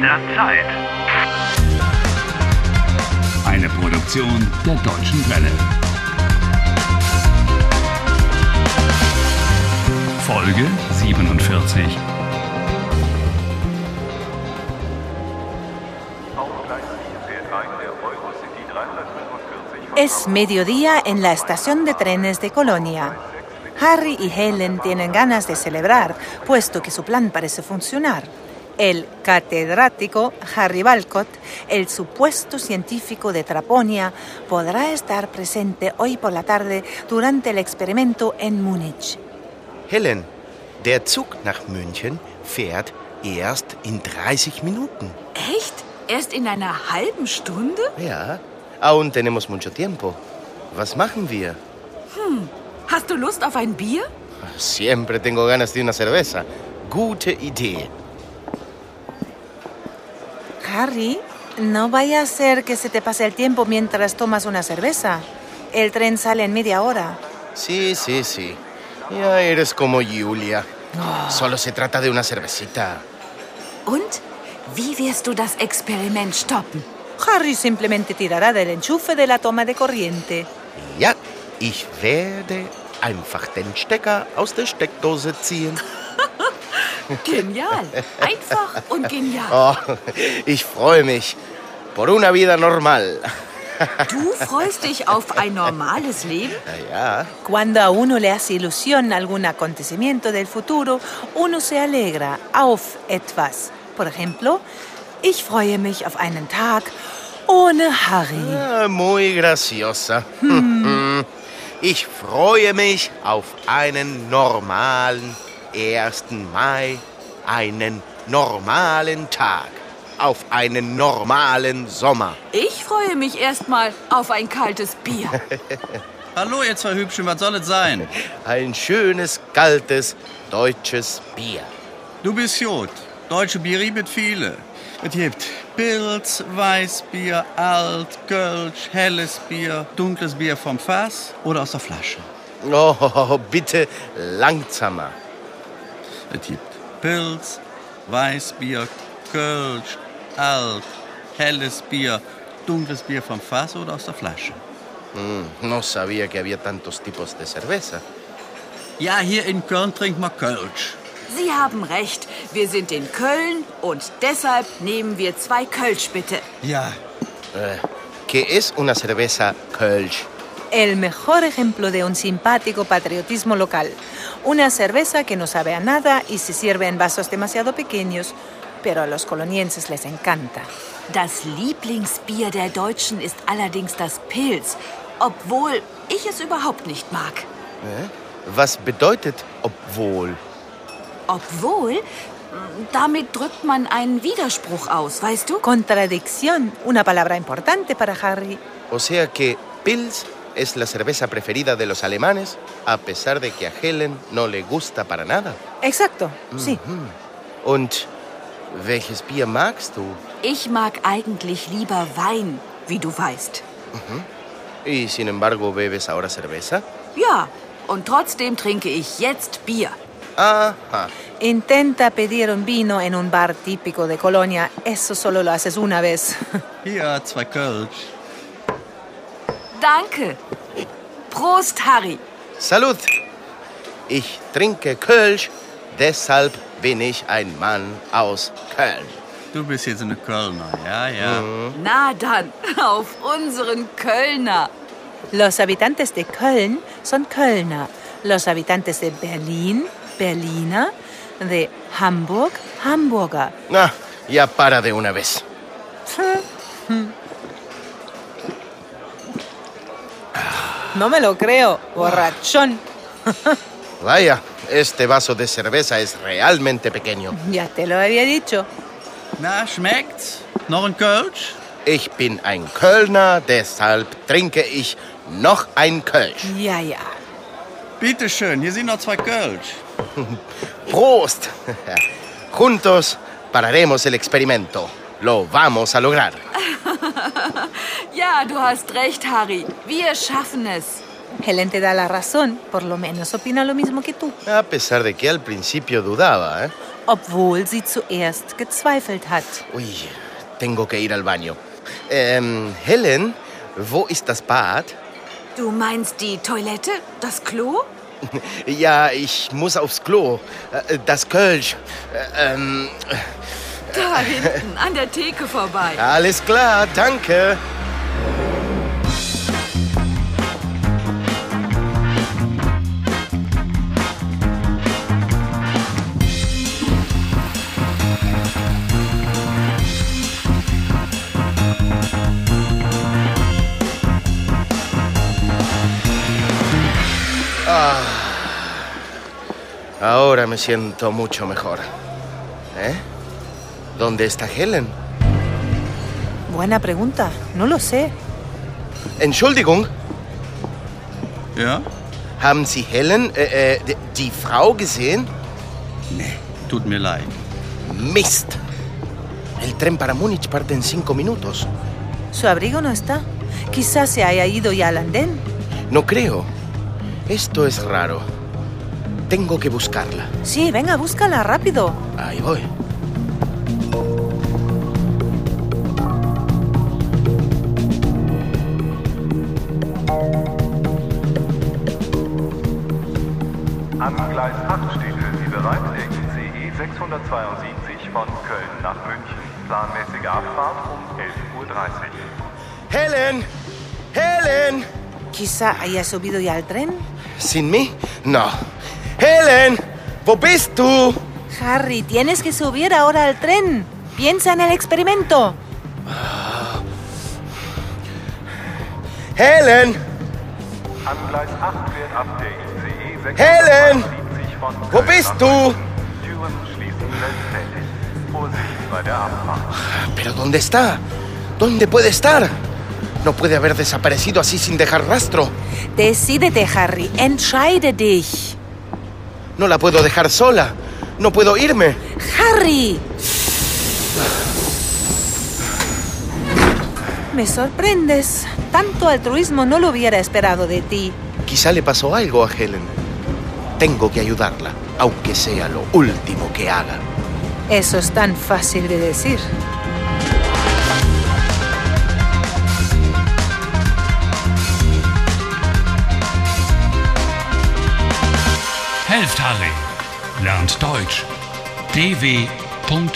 der Zeit. Eine Produktion der Deutschen Welle. Folge 47. Es mediodía en la estación de trenes de Colonia. Harry y Helen tienen ganas de celebrar, puesto que su plan parece funcionar. El catedrático Harry Balcott, el supuesto científico de Traponia, podrá estar presente hoy por la tarde durante el experimento en Múnich. Helen, der Zug nach München fährt erst in 30 Minuten. Echt? Erst in einer halben Stunde? Ja, Ah, aún tenemos mucho tiempo. Was machen wir? Hast du Lust auf ein Bier? Ah, Siempre tengo ganas de una cerveza. Gute Idee. Harry, no vaya a ser que se te pase el tiempo mientras tomas una cerveza. El tren sale en media hora. Sí, sí, sí. Ya eres como Julia. Solo se trata de una cervecita. Und wie wirst du das Experiment stoppen? Harry simplemente tirará del enchufe de la toma de corriente. Ja, ich werde einfach den Stecker aus der Steckdose ziehen. Genial. Einfach und genial. Oh, ich freue mich. Por una vida normal. Du freust dich auf ein normales Leben? Na Ja, Cuando a uno le hace ilusión algún acontecimiento del futuro, uno se alegra auf etwas. Por ejemplo, ich freue mich auf einen Tag ohne Harry. Ah, muy graciosa. Ich freue mich auf einen normalen 1. Mai, einen normalen Tag, auf einen normalen Sommer. Ich freue mich erstmal auf ein kaltes Bier. Hallo, ihr zwei Hübschen, was soll es sein? Ein schönes, kaltes, deutsches Bier. Du bist Jod. Deutsche Bieri mit viele. Es gibt Pilz, Weißbier, Alt, Kölsch, helles Bier, dunkles Bier vom Fass oder aus der Flasche. Oh, bitte langsamer. Es gibt Pilz, Weißbier, Kölsch, Alt, helles Bier, dunkles Bier vom Fass oder aus der Flasche. No sabía que había tantos tipos de cerveza. Ja, hier in Köln trinkt man Kölsch. Sie haben recht. Wir sind in Köln und deshalb nehmen wir zwei Kölsch bitte. Ja, Eh, ¿Qué es una cerveza Kölsch? El mejor ejemplo de un simpático patriotismo local. Una cerveza que no sabe a nada y se sirve en vasos demasiado pequeños, pero a los colonienses les encanta. Das Lieblingsbier der Deutschen ist allerdings das Pilz, obwohl ich es überhaupt nicht mag. Was bedeutet obwohl? Obwohl, mm, damit drückt man einen Widerspruch aus, weißt du? Contradicción, una palabra importante para Harry. O sea que Pils es la cerveza preferida de los alemanes, a pesar de que a Helen no le gusta para nada. Exacto, sí. Und welches Bier magst du? Ich mag eigentlich lieber Wein, wie du weißt. Y sin embargo, ¿bebes ahora cerveza? Ja, und trotzdem trinke ich jetzt Bier. Ajá. Intenta pedir un vino en un bar típico de Colonia. Eso solo lo haces una vez. hier zwei Kölsch. Danke. Prost, Harry. Salud. Ich trinke Kölsch, deshalb bin ich ein Mann aus Köln. Du bist jetzt eine Kölner, ja, ja. Na dann, auf unseren Kölner. Los habitantes de Köln son Kölner. Los habitantes de Berlín, Berliner. De Hamburg, Hamburger. Ah, ya para de una vez. No me lo creo, borrachón. Vaya, este vaso de cerveza es realmente pequeño. Ya te lo había dicho. Na, schmeckt's? Noch ein Kölsch? Ich bin ein Kölner, deshalb trinke ich noch ein Kölsch. Ya, ya. Bitte schön, hier sind noch zwei Kölsch. Prost. Juntos pararemos el experimento. Lo vamos a lograr. Ja, du hast recht, Harry. Wir schaffen es. Helen te da la razón, por lo menos opina lo mismo que tú, A pesar de que al principio dudaba, ¿eh? obwohl sie zuerst gezweifelt hat. Uy, tengo que ir al baño. Ähm, Helen, wo ist das Bad? Du meinst die Toilette? Das Klo? Ja, ich muss aufs Klo. Äh, Das Kölsch. Äh, Ähm, Da hinten, an der Theke vorbei. alles klar, danke. Ah. Ahora me siento mucho mejor. ¿Eh? ¿Dónde está Helen? Buena pregunta, no lo sé. Entschuldigung, Ja? haben Sie Helen, äh, äh, d- die Frau gesehen? Tut mir leid. Mist. El tren para Múnich parte en cinco minutos. Su abrigo no está. Quizás se haya ido ya al andén. No creo. Esto es raro. Tengo que buscarla. Sí, venga, búscala rápido. Ahí voy. An Gleis 8 Städte, Sie bereitwegen CE 672 E von Köln nach München. Planmäßige Abfahrt um 11.30 Uhr. Helen! Helen! Quizá haya subido ya al tren. ¿Sin mí? No. Helen! ¿Wo bist du? Harry, tienes que subir ahora al tren. Piensa en el experimento. Helen! An Gleis 8 wird abdeckt CE 672 Helen! E von Köln Wo bist nach du? München. Türen schließen selbsttätig. Vorsicht bei der Abfahrt. ¿Pero dónde está? ¿Dónde puede estar? No puede haber desaparecido así sin dejar rastro. Decídete, Harry. Entscheide dich. No la puedo dejar sola. No puedo irme. Harry. Me sorprendes. Tanto altruismo no lo hubiera esperado de ti. Quizá le pasó algo a Helen. Tengo que ayudarla, aunque sea lo último que haga. Eso es tan fácil de decir. Helft Harry. Lernt Deutsch. dw.com/harry.